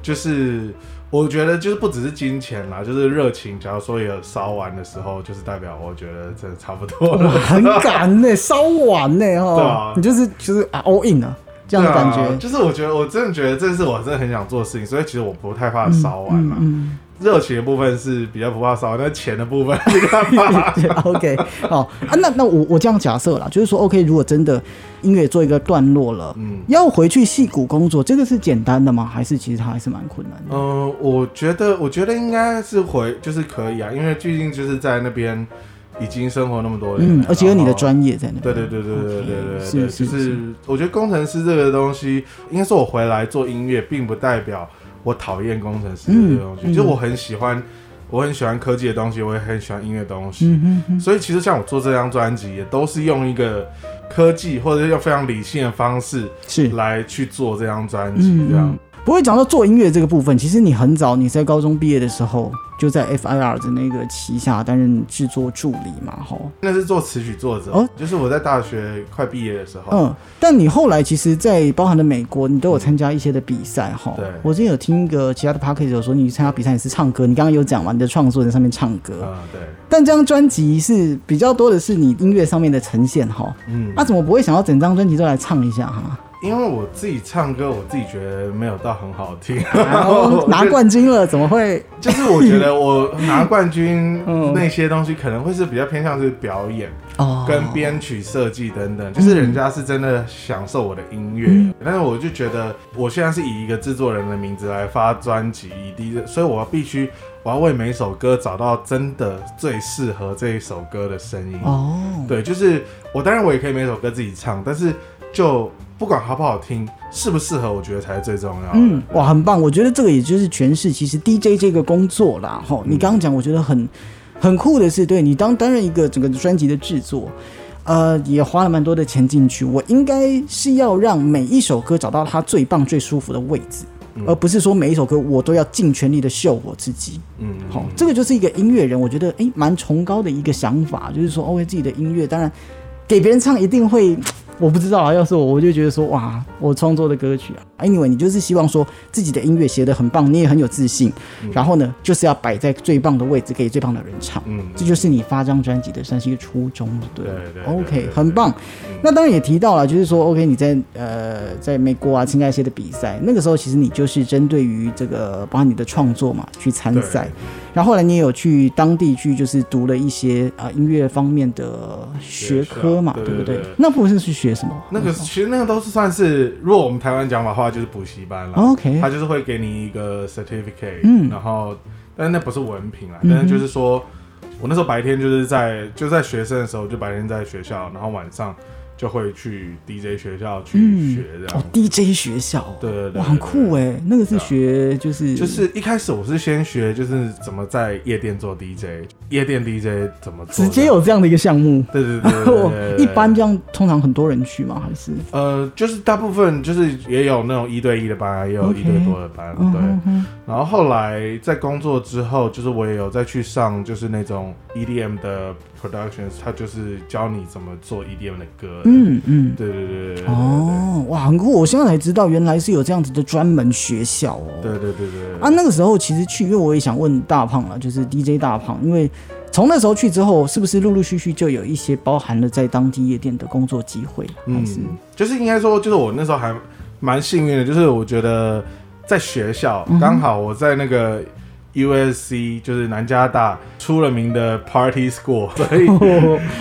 [SPEAKER 2] 就是我觉得，就是不只是金钱啦，就是热情。假如说有烧完的时候，就是代表我觉得真的差不多
[SPEAKER 1] 哇，
[SPEAKER 2] 了。
[SPEAKER 1] 很赶呢、稍晚呢、
[SPEAKER 2] 对
[SPEAKER 1] 哦
[SPEAKER 2] 啊，
[SPEAKER 1] 你就是就是啊 all in 啊，这样的感觉。
[SPEAKER 2] 对啊就是我觉得，我真的觉得这是我真的很想做的事情，所以其实我不太怕烧完啊
[SPEAKER 1] 嗯
[SPEAKER 2] 啦。
[SPEAKER 1] 嗯
[SPEAKER 2] 热情的部分是比较不怕烧，但钱的部 分你干嘛？
[SPEAKER 1] 嗯，OK，好啊，那那我我这样假设啦，就是说 OK，如果真的音乐做一个段落了，
[SPEAKER 2] 嗯
[SPEAKER 1] 要回去戏骨工作，这个是简单的吗？还是其实它还是蛮困难的？
[SPEAKER 2] 嗯，我觉得，我觉得应该是回，就是可以啊，因为毕竟就是在那边已经生活那么多年了，
[SPEAKER 1] 嗯，而且有你的
[SPEAKER 2] 然后
[SPEAKER 1] 专业在那边。
[SPEAKER 2] 哦对对对对对对
[SPEAKER 1] OK，
[SPEAKER 2] 对对，
[SPEAKER 1] 是
[SPEAKER 2] 对
[SPEAKER 1] 是
[SPEAKER 2] 就是我觉得工程师这个东西，应该说我回来做音乐，并不代表我讨厌工程师这个东西，
[SPEAKER 1] 嗯嗯
[SPEAKER 2] 就我很喜欢，我很喜欢科技的东西，我也很喜欢音乐的东西。
[SPEAKER 1] 嗯哼
[SPEAKER 2] 所以其实像我做这张专辑，也都是用一个科技或者是用非常理性的方式
[SPEAKER 1] 哼，是。
[SPEAKER 2] 来去做这张专辑，
[SPEAKER 1] 嗯，
[SPEAKER 2] 这样
[SPEAKER 1] 嗯。不过讲到做音乐这个部分，其实你很早，你在高中毕业的时候就在 FIR 的那个旗下担任制作助理嘛，吼。
[SPEAKER 2] 那是做词曲作者，
[SPEAKER 1] 哦
[SPEAKER 2] 就是我在大学快毕业的时候，
[SPEAKER 1] 嗯，但你后来其实，在包含了美国，你都有参加一些的比赛哈。
[SPEAKER 2] 对
[SPEAKER 1] 我之前有听一个其他的 p a c k a g e 有说，你参加比赛也是唱歌，你刚刚有讲嘛，你的创作在上面唱歌，
[SPEAKER 2] 啊、对，
[SPEAKER 1] 但这张专辑是比较多的是你音乐上面的呈现哈。啊
[SPEAKER 2] 嗯
[SPEAKER 1] 那、，怎么不会想要整张专辑都来唱一下 哈？
[SPEAKER 2] 因为我自己唱歌，我自己觉得没有到很好听，
[SPEAKER 1] 然 后啊哦拿
[SPEAKER 2] 就
[SPEAKER 1] 冠军了，怎么会？
[SPEAKER 2] 就是我觉得我拿冠 军
[SPEAKER 1] 嗯
[SPEAKER 2] 那些东西，可能会是比较偏向是表演
[SPEAKER 1] 哦，
[SPEAKER 2] 跟编曲设计等等，就是人家是真的享受我的音乐，
[SPEAKER 1] 嗯
[SPEAKER 2] 但是我就觉得我现在是以一个制作人的名字来发专辑，以第一，所以我必须我要为每一首歌找到真的最适合这一首歌的声音。
[SPEAKER 1] 哦，
[SPEAKER 2] 对，就是我当然我也可以每首歌自己唱，但是就不管好不好听，适不适合，我觉得才是最重要的。
[SPEAKER 1] 嗯，哇，很棒！我觉得这个也就是诠释其实 DJ 这个工作啦。吼，你刚刚讲，我觉得很很酷的是，对你当担任一个整个专辑的制作，呃，也花了蛮多的钱进去。我应该是要让每一首歌找到它最棒、最舒服的位置，而不是说每一首歌我都要尽全力的秀我自己。
[SPEAKER 2] 嗯，
[SPEAKER 1] 好、这个就是一个音乐人，我觉得诶蛮崇高的一个想法，就是说，哦，为自己的音乐，当然给别人唱一定会，我不知道啊，要是我，我就觉得说，哇，我创作的歌曲啊，anyway，你就是希望说自己的音乐写得很棒，你也很有自信，然后呢，就是要摆在最棒的位置，给最棒的人唱。
[SPEAKER 2] 嗯，
[SPEAKER 1] 这就是你发张专辑的算是一个初衷，对不
[SPEAKER 2] 对对对
[SPEAKER 1] o
[SPEAKER 2] 对嗯
[SPEAKER 1] k
[SPEAKER 2] 对
[SPEAKER 1] 很棒。那当然也提到了，就是说，OK，你在呃在美国啊参加一些的比赛，那个时候其实你就是针对于这个包含你的创作嘛去参赛
[SPEAKER 2] 对，
[SPEAKER 1] 然后后来你也有去当地去就是读了一些啊、呃音乐方面的学科嘛，
[SPEAKER 2] 学校
[SPEAKER 1] 不
[SPEAKER 2] 对对对
[SPEAKER 1] 那部分是去学什么？
[SPEAKER 2] 那个其实那个都是算是，如果我们台湾讲法的话，就是补习班了。
[SPEAKER 1] OK
[SPEAKER 2] 他就是会给你一个 certificate，
[SPEAKER 1] 嗯
[SPEAKER 2] 然后，但那不是文凭啦，但是就是说，我那时候白天就是在就在学生的时候，就白天在学校，然后晚上就会去 DJ 学校去学这样
[SPEAKER 1] 哦。，DJ 学校哦，
[SPEAKER 2] 对对对对啊
[SPEAKER 1] 哇，很酷哎，那个是学就是
[SPEAKER 2] 就是一开始我是先学，就是怎么在夜店做 DJ，夜店 DJ 怎么做
[SPEAKER 1] 直接有这样的一个项目。
[SPEAKER 2] 对对对对对对对
[SPEAKER 1] 一般这样，通常很多人去吗？还是
[SPEAKER 2] 呃，就是大部分就是也有那种一对一的班啊，也有
[SPEAKER 1] OK
[SPEAKER 2] 一对多的班啊对。
[SPEAKER 1] 嗯哼
[SPEAKER 2] 然后后来在工作之后，就是我也有再去上就是那种 EDM 的 productions，它就是教你怎么做 EDM 的歌。，
[SPEAKER 1] 嗯嗯，
[SPEAKER 2] 对对对对对。
[SPEAKER 1] 哦，哇，很酷！我现在才知道，原来是有这样子的专门学校哦。
[SPEAKER 2] 对对对对对对。
[SPEAKER 1] 啊，那个时候其实去，因为我也想问大胖啊了，就是 DJ 大胖，因为从那时候去之后，是不是陆陆续续就有一些包含了在当地夜店的工作机会？啊还是、
[SPEAKER 2] 嗯，就是应该说，就是我那时候还蛮幸运的，就是我觉得在学校
[SPEAKER 1] 嗯
[SPEAKER 2] 刚、好我在那个 USC，就是南加大出了名的 party school，所 以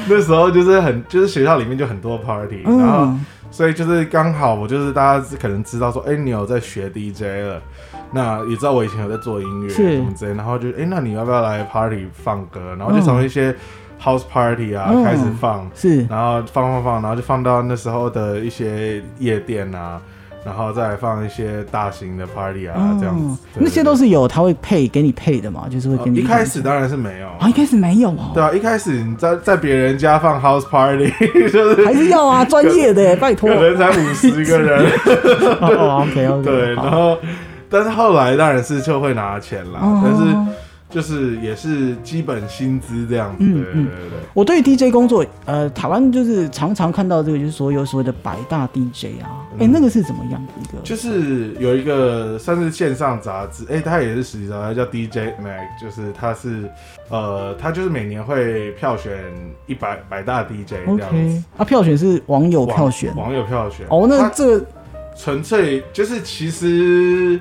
[SPEAKER 2] 那时候就是很就是学校里面就很多 party，、然后
[SPEAKER 1] 嗯，
[SPEAKER 2] 所以就是刚好我就是大家可能知道说，哎、你有在学 DJ 了，那也知道我以前有在做音乐
[SPEAKER 1] 是
[SPEAKER 2] 什么之类，然后就哎、那你要不要来 party 放歌？然后就从一些 house party 啊、
[SPEAKER 1] 嗯
[SPEAKER 2] 开始放。
[SPEAKER 1] 是
[SPEAKER 2] 然后放放放，然后就放到那时候的一些夜店啊，然后再放一些大型的 party 啊，
[SPEAKER 1] 哦
[SPEAKER 2] 这样子。对
[SPEAKER 1] 那些都是有他会配给你配的嘛，就是会
[SPEAKER 2] 对
[SPEAKER 1] 给
[SPEAKER 2] 对哦
[SPEAKER 1] 你
[SPEAKER 2] 一开始当然是没有，
[SPEAKER 1] 啊，一开始没有哦，
[SPEAKER 2] 对啊，一开始你在在别人家放 house party，就是
[SPEAKER 1] 还是要啊，专业的拜托哦
[SPEAKER 2] 可。能才五十个 人，
[SPEAKER 1] OK OK，
[SPEAKER 2] 对，然后但是后来当然是就会拿钱啦，
[SPEAKER 1] 哦
[SPEAKER 2] 但是就是也是基本薪资这样
[SPEAKER 1] 嗯
[SPEAKER 2] 子，对对对对。
[SPEAKER 1] 我对于 DJ 工作，呃，台湾就是常常看到这个，就是所有所谓的百大 DJ 啊，哎、那个是怎么样的一个？
[SPEAKER 2] 嗯就是有一个算是线上杂志，哎、它也是实体杂志，它叫 DJ Mag，就是它是呃，它就是每年会票选一百百大 DJ 这样子
[SPEAKER 1] OK，。啊，票选是网友
[SPEAKER 2] 网
[SPEAKER 1] 票选
[SPEAKER 2] 网友票选
[SPEAKER 1] 哦，那
[SPEAKER 2] 它
[SPEAKER 1] 这个
[SPEAKER 2] 纯粹就是其实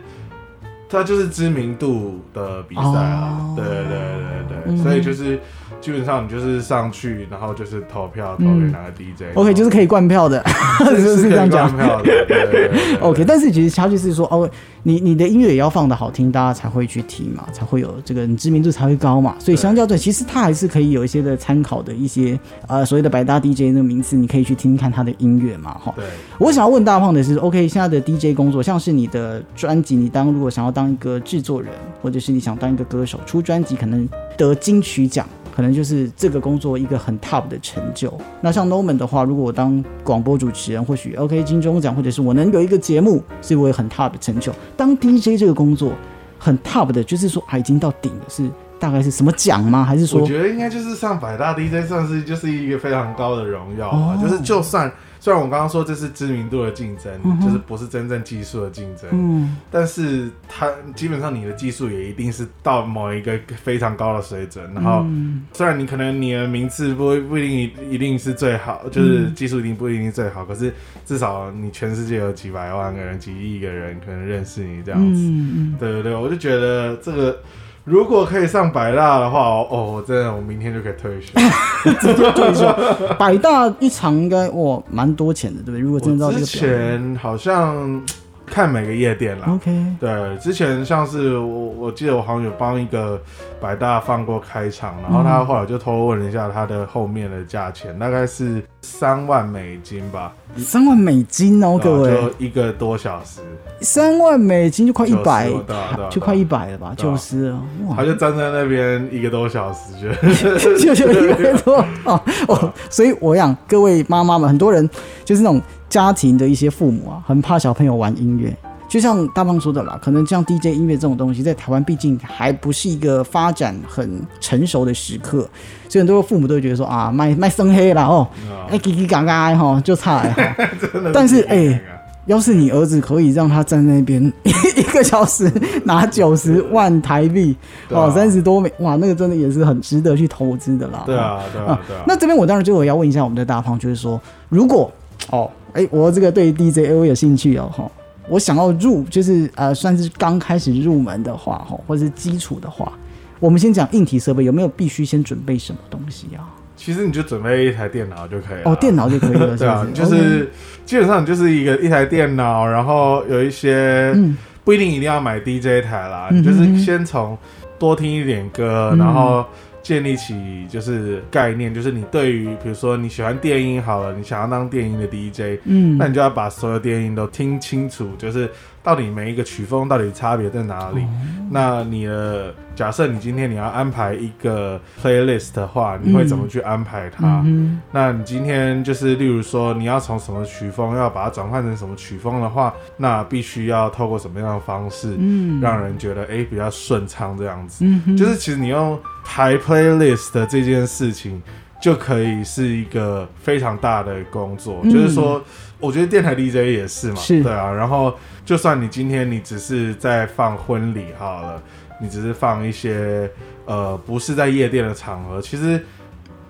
[SPEAKER 2] 它就是知名度的比赛啊
[SPEAKER 1] 哦，
[SPEAKER 2] 对对对对
[SPEAKER 1] 嗯
[SPEAKER 2] 对，所以就是基本上你就是上去，然后就是投票投给哪个 DJ。
[SPEAKER 1] 嗯 OK 就是可以灌票 的，是不是这样讲哦
[SPEAKER 2] 可以灌票的对对对对 对
[SPEAKER 1] OK，但是其实差距是说，哦，你你的音乐也要放的好听，大家才会去听嘛，才会有这个你知名度才会高嘛。所以
[SPEAKER 2] 对
[SPEAKER 1] 相较对，其实它还是可以有一些的参考的一些呃所谓的百大 DJ 那个名次，你可以去听听看他的音乐嘛，哈。
[SPEAKER 2] 对。
[SPEAKER 1] 我想要问大胖的是，OK，现在的 DJ 工作，像是你的专辑，你当如果想要当一个制作人，或者是你想当一个歌手，出专辑可能得金曲奖，可能就是这个工作一个很 top 的成就。那像 Norman 的话，如果我当广播主持人，或许 OK 金钟奖，或者是我能有一个节目，是我也很 top 的成就。当 DJ 这个工作很 top 的，就是说啊，已经到顶了，是大概是什么奖吗？还是说
[SPEAKER 2] 我觉得应该就是上百大 DJ 算是就是一个非常高的荣耀吧
[SPEAKER 1] 哦。
[SPEAKER 2] 就是就算虽然我刚刚说这是知名度的竞争，
[SPEAKER 1] 嗯哼
[SPEAKER 2] 就是不是真正技术的竞争，
[SPEAKER 1] 嗯
[SPEAKER 2] 但是它基本上你的技术也一定是到某一个非常高的水准。然后
[SPEAKER 1] 嗯
[SPEAKER 2] 虽然你可能你的名次不不一定一定是最好，就是技术一定不一定最好，可是至少你全世界有几百万个人、几亿个人可能认识你这样子。
[SPEAKER 1] 嗯嗯
[SPEAKER 2] 对对对，我就觉得这个如果可以上百大的话，哦，哦我真的我明天就可以 退休。
[SPEAKER 1] 嗯，百大一场应该哇蛮多钱的，对不对？如果真的到
[SPEAKER 2] 我
[SPEAKER 1] 这
[SPEAKER 2] 之
[SPEAKER 1] 个表演
[SPEAKER 2] 前好像看每个夜店啦。
[SPEAKER 1] OK，
[SPEAKER 2] 对，之前像是我，我记得我好像有帮一个百大放过开场，然后他后来就偷问了一下他的后面的价钱，大概是三万美金吧，
[SPEAKER 1] 三万美金哦，各
[SPEAKER 2] 然后
[SPEAKER 1] 位，
[SPEAKER 2] 啊就一个多小时，
[SPEAKER 1] 三万美金就快一
[SPEAKER 2] 90
[SPEAKER 1] 百
[SPEAKER 2] 对啊对啊，
[SPEAKER 1] 就快一百了吧，
[SPEAKER 2] 对啊
[SPEAKER 1] 九十了，哇
[SPEAKER 2] 他，就站在那边一个多小时，就
[SPEAKER 1] 就 就一百多哦哦，所以我想各位妈妈们，很多人就是那种家庭的一些父母啊，很怕小朋友玩音乐。就像大胖说的啦，可能像 DJ 音乐这种东西，在台湾毕竟还不是一个发展很成熟的时刻，所以很多父母都会觉得说啊，卖卖生黑啦哦，
[SPEAKER 2] 啊
[SPEAKER 1] 哎叽叽嘎嘎的吼，就差的吼。
[SPEAKER 2] 真的
[SPEAKER 1] 但是哎
[SPEAKER 2] 不一样啊
[SPEAKER 1] 要是你儿子可以让他站在那边 一个小时拿九十万台币，
[SPEAKER 2] 对啊
[SPEAKER 1] 哦，三十多美，哇，那个真的也是很值得去投资的啦。
[SPEAKER 2] 对啊，对啊，对啊。
[SPEAKER 1] 那这边我当然就我要问一下我们的大胖，就是说，如果哦，哎、我这个对 DJ 我有兴趣哦，哈，我想要入，就是呃，算是刚开始入门的话，哈，或者是基础的话，我们先讲硬体设备，有没有必须先准备什么东西啊？
[SPEAKER 2] 其实你就准备一台电脑就可以了。
[SPEAKER 1] 哦，电脑就可以了，
[SPEAKER 2] 对啊，你
[SPEAKER 1] 是哦
[SPEAKER 2] 就
[SPEAKER 1] 不是？
[SPEAKER 2] 是基本上你就是一个一台电脑，然后有一些不一定一定要买 DJ 台啦，
[SPEAKER 1] 嗯
[SPEAKER 2] 你就是先从多听一点歌，
[SPEAKER 1] 嗯
[SPEAKER 2] 然后建立起就是概念，就是你对于比如说你喜欢电音好了，你想要当电音的 DJ，
[SPEAKER 1] 嗯
[SPEAKER 2] 那你就要把所有电音都听清楚，就是到底每一个曲风到底差别在哪
[SPEAKER 1] 哦
[SPEAKER 2] 里。那你的假设你今天你要安排一个 playlist 的话，你会怎么去安排它？
[SPEAKER 1] 嗯
[SPEAKER 2] 那你今天就是，例如说你要从什么曲风要把它转换成什么曲风的话，那必须要透过什么样的方式，
[SPEAKER 1] 嗯
[SPEAKER 2] 让人觉得诶比较顺畅这样子。
[SPEAKER 1] 嗯哼，
[SPEAKER 2] 就是其实你用排 playlist 的这件事情，就可以是一个非常大的工作。
[SPEAKER 1] 嗯
[SPEAKER 2] 就是说，我觉得电台 DJ 也是嘛，
[SPEAKER 1] 是
[SPEAKER 2] 对啊。然后，就算你今天你只是在放婚礼好了，你只是放一些呃不是在夜店的场合，其实。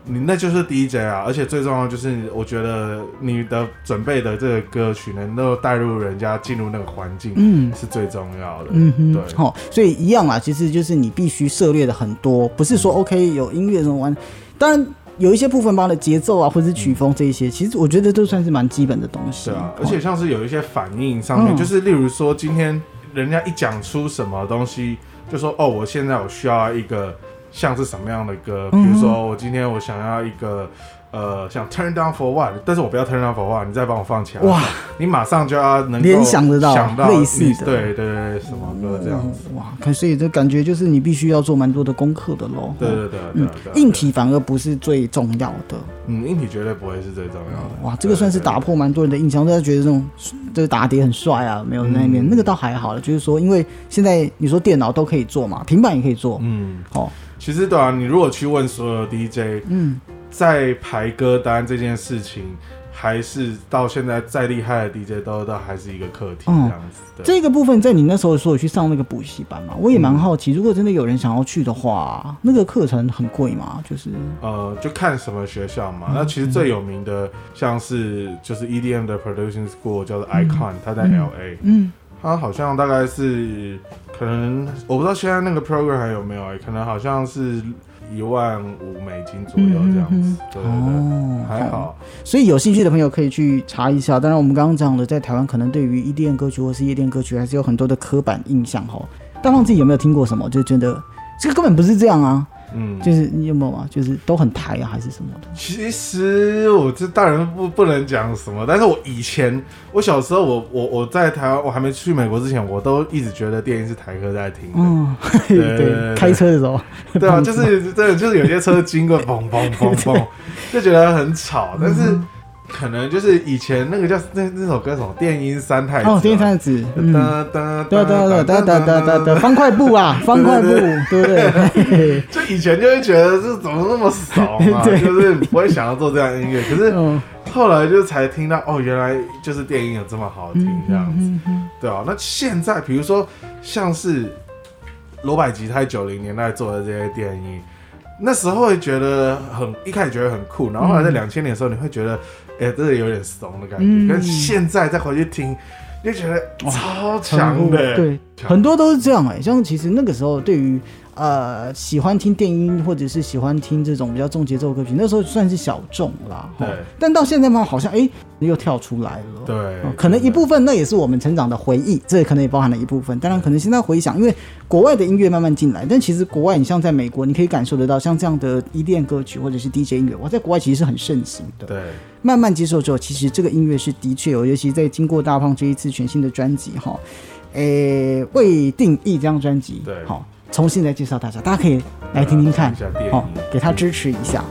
[SPEAKER 2] 你那就是 DJ 啊，而且最重要就是，我觉得你的准备的这个歌曲能够带入人家进入那个环境，
[SPEAKER 1] 嗯
[SPEAKER 2] 是最重要的。
[SPEAKER 1] 嗯哼，
[SPEAKER 2] 对
[SPEAKER 1] 好、所以一样啦，其实就是你必须涉猎的很多，不是说
[SPEAKER 2] 嗯
[SPEAKER 1] OK 有音乐什么玩，当然有一些部分包的节奏啊，或者是曲风这一些，其实我觉得都算是蛮基本的东西。
[SPEAKER 2] 是嗯啊，
[SPEAKER 1] 哦
[SPEAKER 2] 而且像是有一些反应上面，
[SPEAKER 1] 嗯
[SPEAKER 2] 就是例如说今天人家一讲出什么东西，就说哦，我现在我需要一个像是什么样的歌，比
[SPEAKER 1] 嗯
[SPEAKER 2] 如说我今天我想要一个。呃，像 Turn Down for What，但是我不要 Turn Down for What，你再帮我放起来。
[SPEAKER 1] 哇，
[SPEAKER 2] 你马上就要能够
[SPEAKER 1] 联想得到
[SPEAKER 2] 想到
[SPEAKER 1] 类似
[SPEAKER 2] 你
[SPEAKER 1] 的嗯
[SPEAKER 2] 对对对，什么歌这样子。
[SPEAKER 1] 哇，看所以这感觉就是你必须要做蛮多的功课的喽。
[SPEAKER 2] 对对对对
[SPEAKER 1] 嗯
[SPEAKER 2] 对，对
[SPEAKER 1] 硬体反而不是最重要的。
[SPEAKER 2] 嗯，硬体绝对啊不会是最重要的。
[SPEAKER 1] 哇，这个算是打破蛮多人的印象，大家觉得这种就是打碟很帅啊，没有那一面、
[SPEAKER 2] 嗯
[SPEAKER 1] 那个倒还好了。就是说，因为现在你说电脑都可以做嘛，平板也可以做，
[SPEAKER 2] 嗯，
[SPEAKER 1] 哦，
[SPEAKER 2] 其实对啊，你如果去问所有的 DJ，
[SPEAKER 1] 嗯，
[SPEAKER 2] 在排歌单这件事情，还是到现在再厉害的 DJ 都都还是一个课题这
[SPEAKER 1] 嗯
[SPEAKER 2] 样子。对，
[SPEAKER 1] 这个部分在你那时候说有去上那个补习班嘛，我也蛮好
[SPEAKER 2] 嗯
[SPEAKER 1] 奇，如果真的有人想要去的话，那个课程很贵吗？就是
[SPEAKER 2] 呃，就看什么学校
[SPEAKER 1] 嗯
[SPEAKER 2] 嘛。那其实最有名的像是就是 EDM 的 Production School 叫做 Icon，它在 LA，
[SPEAKER 1] 嗯，
[SPEAKER 2] 它好像大概是可能我不知道现在那个 program 还有没有欸，可能好像是一万五美金左右这样
[SPEAKER 1] 嗯嗯
[SPEAKER 2] 子。对对
[SPEAKER 1] 哦
[SPEAKER 2] 对，还好。
[SPEAKER 1] 所以有兴趣的朋友可以去查一下。当然，我们刚刚讲的，在台湾可能对于 EDM 歌曲或是夜店歌曲，还是有很多的刻板印象哈。大放自己有没有听过什么？就觉得这个根本不是这样啊，
[SPEAKER 2] 嗯，
[SPEAKER 1] 就是你有没有啊？就是都很台啊，还是什么的？
[SPEAKER 2] 其实我这当然不不能讲什么，但是我以前我小时候我我我在台湾，我还没去美国之前，我都一直觉得电音是台客在听的。
[SPEAKER 1] 嗯，
[SPEAKER 2] 对对对
[SPEAKER 1] 对，
[SPEAKER 2] 对
[SPEAKER 1] 开车的时候，
[SPEAKER 2] 对啊，就是真的就是有些车经过，嘣嘣 嘣嘣，就觉得很吵。但是可能就是以前那个叫那那首歌什么电音三太子
[SPEAKER 1] 哦，电
[SPEAKER 2] 啊
[SPEAKER 1] 扇子，嗯，
[SPEAKER 2] 哒哒
[SPEAKER 1] 对啊对对对对对对对，方块布啊，方块 布，对不对？嘿嘿
[SPEAKER 2] 就以前就会觉得这怎么那么少 嘛，
[SPEAKER 1] 对
[SPEAKER 2] 就是不会想要做这样的音乐，可是
[SPEAKER 1] 嗯
[SPEAKER 2] 后来就才听到哦，原来就是电音有这么好听这样子，
[SPEAKER 1] 嗯嗯
[SPEAKER 2] 对啊。那现在比如说像是罗百吉他九零年代做的这些电音，那时候会觉得很一开始觉得很酷，然后后来在两千年的时候你会觉得，哎、真的有点怂的感
[SPEAKER 1] 嗯
[SPEAKER 2] 觉，但现在再回去听，就觉得超强的、
[SPEAKER 1] 对，
[SPEAKER 2] 强
[SPEAKER 1] 很多都是这样哎、像其实那个时候对于呃喜欢听电音或者是喜欢听这种比较重节奏歌曲，那时候算是小众啦。齁
[SPEAKER 2] 对
[SPEAKER 1] 但到现在嘛，好像哎、又跳出来了。
[SPEAKER 2] 对
[SPEAKER 1] 哦可能一部分那也是我们成长的回忆，这可能也包含了一部分。当然，可能现在回想，因为国外的音乐慢慢进来，但其实国外你像在美国，你可以感受得到像这样的一恋歌曲或者是 DJ 音乐，哇，在国外其实是很盛行的。
[SPEAKER 2] 对，
[SPEAKER 1] 慢慢接受之后，其实这个音乐是的确有，哦尤其在经过大胖这一次全新的专辑哈，诶、未定义这张专辑，
[SPEAKER 2] 对啊
[SPEAKER 1] 好，重新来介绍大家，大家可以来听听看
[SPEAKER 2] 一下电，影
[SPEAKER 1] 好，给他支持一下，